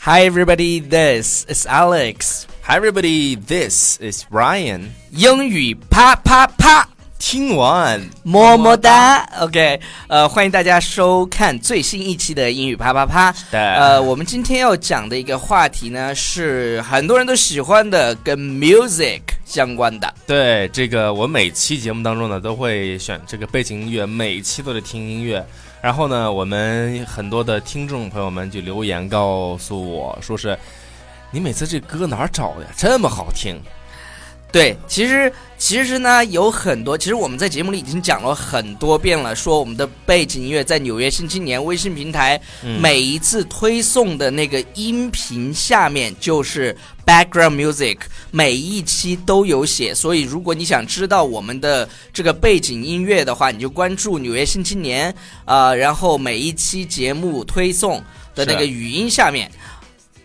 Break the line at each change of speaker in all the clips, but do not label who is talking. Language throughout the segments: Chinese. Hi everybody, this is Alex.
Hi everybody, this is Ryan。
英语啪啪啪，
听完，
么么哒。OK，呃，欢迎大家收看最新一期的英语啪啪啪。
的
呃，我们今天要讲的一个话题呢，是很多人都喜欢的，跟 music 相关的。
对这个，我每期节目当中呢，都会选这个背景音乐，每一期都得听音乐。然后呢，我们很多的听众朋友们就留言告诉我说是，你每次这歌哪儿找的呀？这么好听？
对，其实其实呢，有很多，其实我们在节目里已经讲了很多遍了，说我们的背景音乐在纽约新青年微信平台、
嗯
每一次推送的那个音频下面就是 background music，每一期都有写，所以如果你想知道我们的这个背景音乐的话，你就关注纽约新青年，呃，然后每一期节目推送的那个
是
语音下面，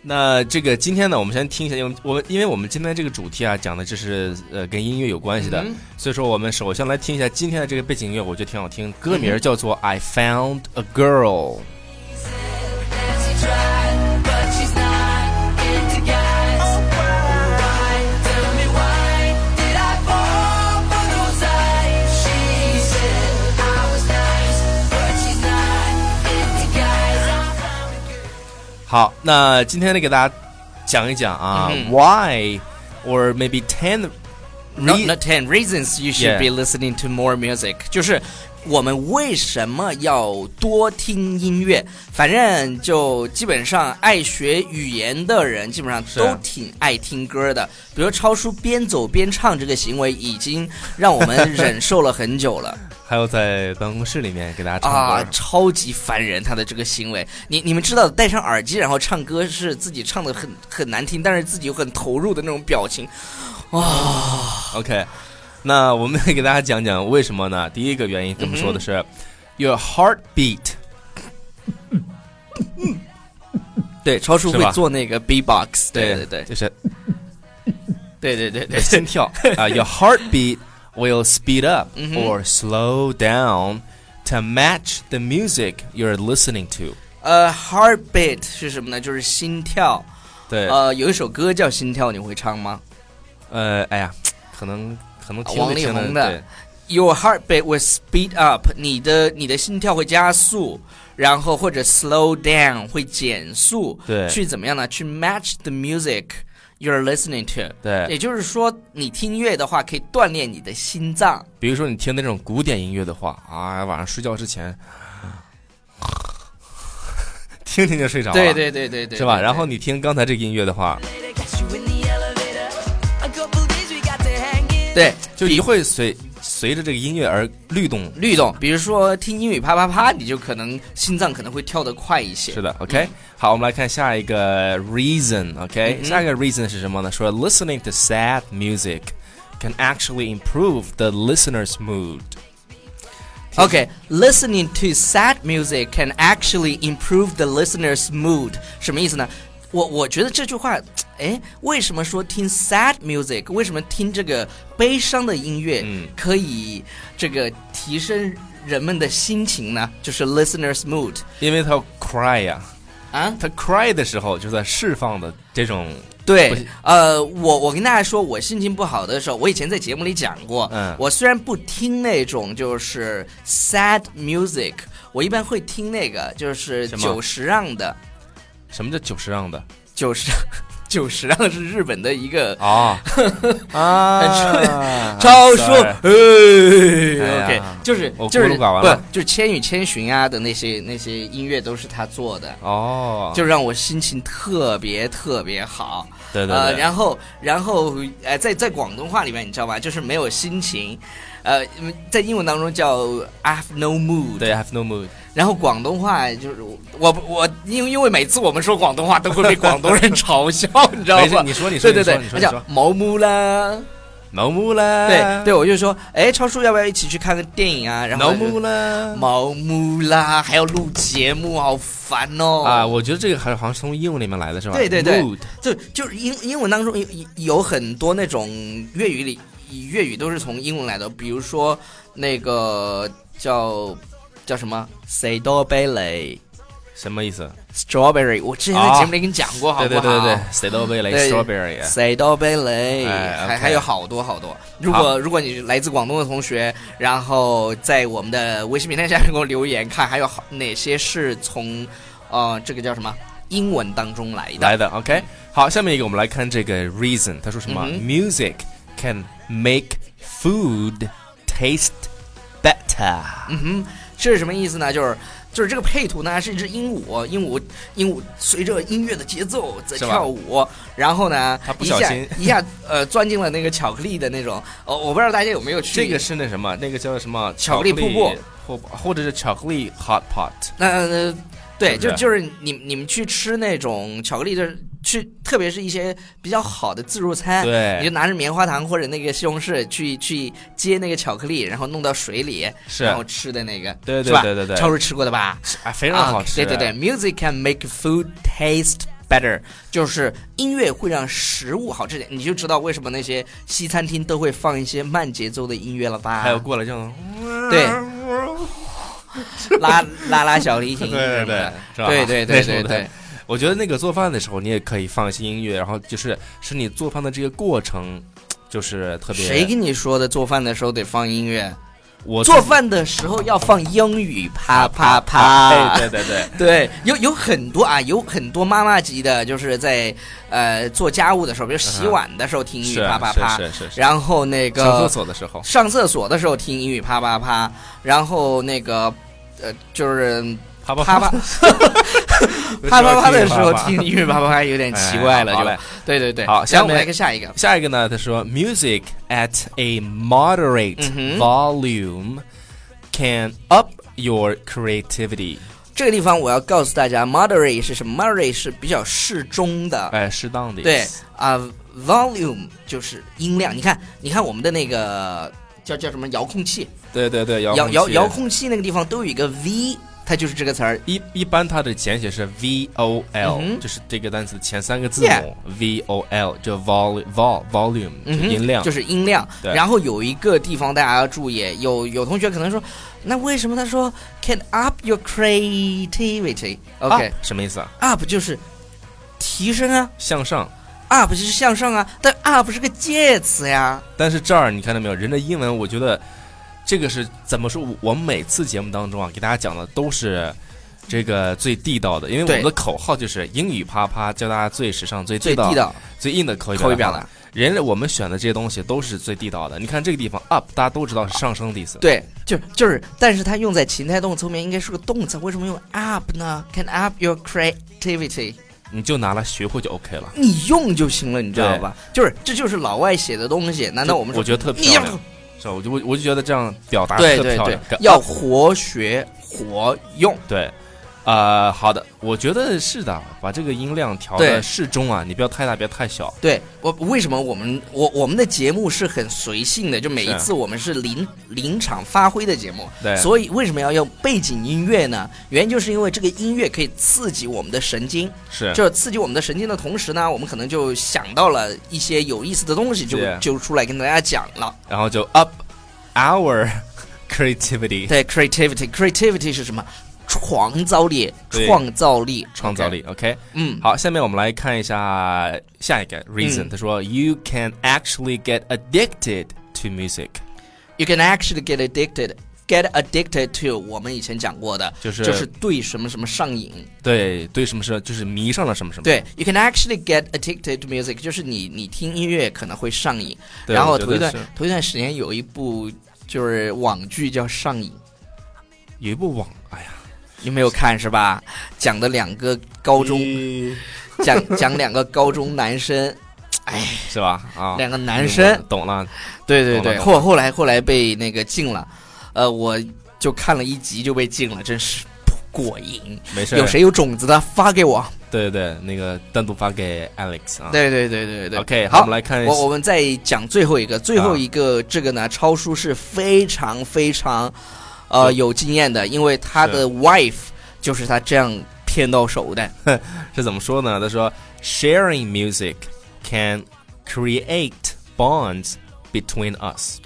那这个今天呢，我们先听一下，因为我们因为我们今天这个主题啊，讲的就是呃跟音乐有关系的，
嗯
所以说我们首先来听一下今天的这个背景音乐，我觉得挺好听，歌名儿叫做《I Found a Girl》。好，那今天呢，给大家讲一讲啊、
嗯
w h y or maybe ten
Not
re-
not ten reasons you should
Yeah.
be listening to more music，就是我们为什么要多听音乐？反正就基本上爱学语言的人，基本上
是啊
都挺爱听歌的。比如超叔边走边唱这个行为，已经让我们忍受了很久了
还有在办公室里面给大 家唱歌。
啊，超级烦人他的这个行为。你你们知道，戴上耳机然后唱歌是自己唱的很很难听，但是自己又很投入的那种表情，
OK，那我们也给大家讲讲为什么呢？第一个原因，怎么说的是、y o u r heartbeat。
对，超叔
是
会
吧
做那个 B-box，对对对
就是
对对对对，
心跳啊、y o u r heartbeat will speed up
嗯哼
or slow down to match the music you're listening to。
呃，heartbeat 是什么呢？就是心跳。
对，
呃，有一首歌叫《心跳》，你会唱吗
呃，哎呀，可能可能听着
王力
听着
宏的
对
？Your heartbeat will speed up，你的你的心跳会加速，然后或者 slow down 会减速，
对
去怎么样呢？去 match the music you're listening to。
对
也就是说，你听音乐的话，可以锻炼你的心脏。
比如说你听那种古典音乐的话啊，晚上睡觉之前， 听听就睡着了，
对对对对对，
是吧？
对
然后你听刚才这个音乐的话，
对
就你会随随着这个音乐而律动。
律动，比如说听英语啪啪啪，你就可能心脏可能会跳得快一些。
是的，OK，、好，我们来看下一个 reason，OK，、
嗯哼
下一个 reason 是什么呢？说 listening to sad music can actually improve the listener's mood。
Okay, listening to sad music can actually improve the listener's mood. 什么意思呢？我我觉得这句话，哎，为什么说听 sad music？为什么听这个悲伤的音乐
嗯
可以这个提升人们的心情呢？就是 listener's mood
因为他要 cry 呀、
啊，
他 cry 的时候就在释放的这种，不
对
是，
呃，我我跟大家说，我心情不好的时候，我以前在节目里讲过，
嗯
我虽然不听那种就是 sad music，我一般会听那个就是
什么
久石让的，
什么叫九十让的？
久石 让，久石让是日本的一个
哦，啊
超说，
sorry
哎
哎
，OK，
呀
就是
我
就是
孤陋寡闻
不
了
就是《千与千寻》啊的那些那些音乐都是他做的，
哦，
就让我心情特别特别好。
对对对，
呃，然后，然后，呃，在在广东话里面，你知道吧？就是没有心情，呃，嗯在英文当中叫 I have no mood。
对。have no mood，
然后广东话就是我我因为因为每次我们说广东话都会被广东人 嘲笑，你知道
没事
吧，
你？说你说
对对对
你，
他
说你
叫
说
毛木啦，
毛木啦，
对对，我就说，哎，超叔要不要一起去看个电影啊？然后
啊毛
他就
木啦，
毛木啦，还要录节目，好烦哦。
啊，我觉得这个还是好像是从英文里面来的是吧？
对对对
mood
就就是英英文当中有有很多那种粤语里粤语都是从英文来的，比如说那个叫叫什么 “say do b a l e
什么意思？
Strawberry，我之前在节目里跟你讲过，好
对
不好？
啊对对对对 s t r a w b e r r y
对
strawberry，
塞到贝雷，
哎，OK
还还有好多好多。如果如果你来自广东的同学，然后在我们的微信平台下面给我留言，看还有好哪些是从呃这个叫什么英文当中来的。
来的。OK，好，下面一个我们来看这个 reason，他说什么、
嗯
m u s i c can make food taste better。
嗯哼，这是什么意思呢？就是就是这个配图呢是一只鹦鹉，鹦鹉鹦鹉随着音乐的节奏在
是吧
跳舞，然后呢
它，不
一
小
下
心
一下呃钻进了那个巧克力的那种。哦，我不知道大家有没有去
这个是那什么，那个叫什么
巧克力瀑布
瀑布，或者是巧克力 hot pot。
那、呃、对，
是不是
就就是你你们去吃那种巧克力，就是去，特别是一些比较好的自助餐，你就
对，
拿着棉花糖或者那个西红柿去去接那个巧克力，然后弄到水里，
是
然，后吃的那个，是
对对
吧
对对对，
超叔吃过的吧？
啊，非常好吃。
啊对对对，music can make food taste better，就是音乐会让食物好吃点，你就知道为什么那些西餐厅都会放一些慢节奏的音乐了吧？
还有过来这样，
啊对拉拉拉小提琴
对
什么
对对
的，，
是吧
嗯对对对
那种
对
的
对。
我觉得那个做饭的时候，你也可以放一些音乐，然后就是是你做饭的这个过程，就是特别。
谁跟你说的？做饭的时候得放音乐，
我
做饭的时候要放英语，啪啪啪。
哎对对对，
对，有有很多啊，有很多妈妈级的，就是在呃做家务的时候，比如洗碗的时候听 英语
嗯是
啪
啊
啪啪，
是是是是。
然后那个
上厕所的时候，
上厕所的时候听英语啪啪啪，然后那个呃就是
啪啪
啪啪啪啪啪的时候听英语啪啪啪有点奇怪了，
哎好嘞
就对对对。
好
下
下
面
面
来看下一个，
下一个呢，他说，music at a moderate
嗯哼
volume can up your creativity。
这个地方我要告诉大家，moderate 是什么？moderate 是比较适中的，
哎，适当的意
对
思。
啊、v o l u m e 就是音量。你看，你看我们的那个叫叫什么遥控器，
对对对，遥
遥
控
遥
器
遥控器那个地方都有一个 V，它就是这个词儿。
一一般它的简写是 V O
嗯
L，
哼
就是这个单词的前三个字母 V O L，就 vol vol volume 就
嗯哼，
音量
就。是音量。
对
然后有一个地方大家要注意，有有同学可能说，那为什么他说 can up your creativity？OK，up、
Up 什么意思啊？
up 就是提升啊
向上。
，up 就是向上啊，但 up 是个介词呀。
但是这儿你看到没有，人的英文，我觉得这个是怎么说？我我每次节目当中啊，给大家讲的都是这个最地道的，因为我
对
们的口号就是英语啪啪，教大家最时尚、最
最
地道、
地道
最硬的口语
口语表
达
达
法。，人类我们选的这些东西都是最地道的。你看这个地方 up，大家都知道是上升的意思。
对，就就是，但是它用在情态动词后面应该是个动词，为什么用 up 呢？Can up your creativity，
你就拿来学会就 OK 了。
你用就行了，你知道吧？就是这就是老外写的东西，难道我们
我
说
觉得特
你
漂
要
亮，是吧？我就我我就觉得这样表达
对
特
对
漂
对
亮，跟
要活学活用，
对，呃，好的，我觉得是的，把这个音量调
对
的适中啊，你不要太大，不要太小。
对我为什么我们我我们的节目是很随性的，就每一
是
次我们是临临场发挥的节目，
对
所以为什么要用背景音乐呢？原因就是因为这个音乐可以刺激我们的神经，
是
就是刺激我们的神经的同时呢，我们可能就想到了一些有意思的东西，就是就出来跟大家讲了。
然后就 up our creativity
对，creativity，creativity 是什么？创造力，
对
创造力，
创造力。OK，
嗯，
好，下面我们来看一下下一个 reason，、
嗯
他说 you can actually get addicted to music，
You can actually get addicted. Get addicted to 我们以前讲过的，
就是
就是对什么什么上瘾。
对对什么事就是迷上了什么什么。
对，You can actually get addicted to music，就是你你听音乐可能会上瘾。
对
然后
我觉
头一
得
段
是
头一段时间有一部就是网剧叫《上瘾》，
有一部网，哎呀，
你没有看是吧？讲的两个高中，讲讲两个高中男生，哎，
是吧？ 啊，
两个男生，
懂了，
对对
懂了
对，
懂
后后来后来被那个禁了，呃，我就看了一集就被禁了，真是不过瘾。
没事。
有？谁有种子的发给我。
对对对，那个单独发给 Alex 啊。
对对对对对
OK，好，我
好
们。来看一啊
我我们再讲最后一个，最后一个这个呢，超叔是非常非常，呃，
是
有经验的，因为他的 wife 就是他这样骗到手的。
是怎么说呢？他说，sharing music can create bonds between us。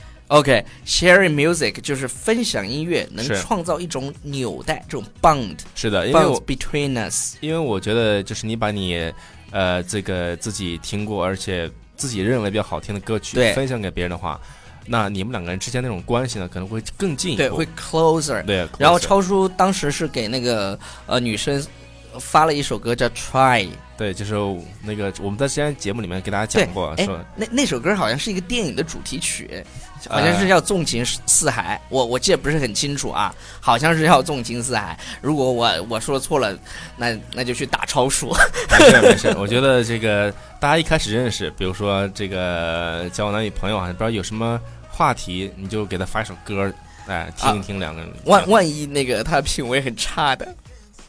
OK，sharing、music 就是分享音乐，能
是
创造一种纽带，这种 bond
是的，因为
bond
我
between us。
因为我觉得就是你把你呃这个自己听过而且自己认为比较好听的歌曲
对
分享给别人的话，那你们两个人之间那种关系呢可能会更进一步，
对，会 closer。
对，
然后
closer
超叔当时是给那个呃女生发了一首歌叫《Try》，
对，就是那个我们在之前节目里面给大家讲过，
对哎
说
那那首歌好像是一个电影的主题曲，好像
呃
是叫《纵情四海》，我我记得不是很清楚啊，好像是叫《纵情四海》。如果我我说错了，那那就去打超叔。
没事没事，我觉得这个大家一开始认识，比如说这个交往男女朋友啊，不知道有什么话题，你就给他发一首歌，哎，听一
啊
听两个人。
万万一那个他品味很差的，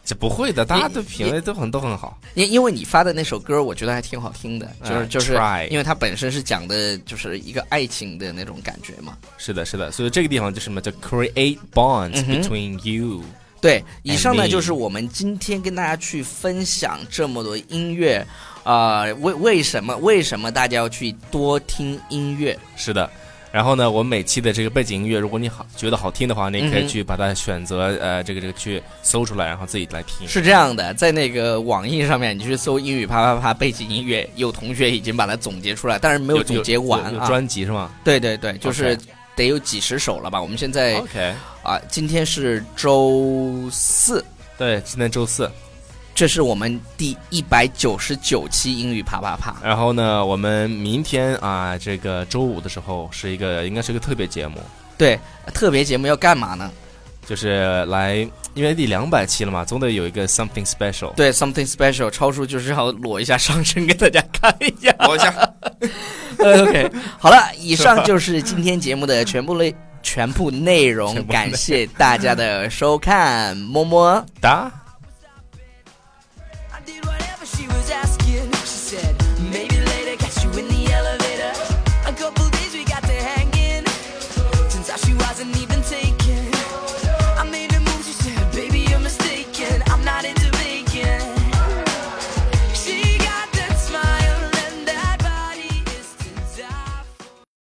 这不会的，大家的品味都很都很好。
因因为你发的那首歌，我觉得还挺好听的，就是
哎
就是，
try
因为它本身是讲的就是一个爱情的那种感觉嘛。
是的，是的，所以这个地方就是什么叫 create bonds
嗯哼
between you。
对，以上
And
呢
me
就是我们今天跟大家去分享这么多音乐，啊、为为什么为什么大家要去多听音乐？
是的。然后呢，我每期的这个背景音乐，如果你好觉得好听的话，你也可
嗯哼
以去把它选择，呃，这个这个去搜出来，然后自己来听。
是这样的，在那个网易上面，你去搜“英语啪啪啪”背景音乐，有同学已经把它总结出来，但是没
有
总结完
有有
啊。
专辑是吗
对对对，就是。
OK
得有几十首了吧？我们现在
？OK，
啊、今天是周四，
对，今天周四，
这是我们第一百九十九期英语啪啪啪。
然后呢，我们明天啊，这个周五的时候是一个应该是一个特别节目，
对，特别节目要干嘛呢？
就是来因为第两百期了嘛，总得有一个 something special。
对，something special，超叔就是要裸一下上身给大家看一下。
我一下，
呃 OK，好 了，以上就是今天节目的全部内全部内容，
全部内容
感谢大家的收看，么么。
哒。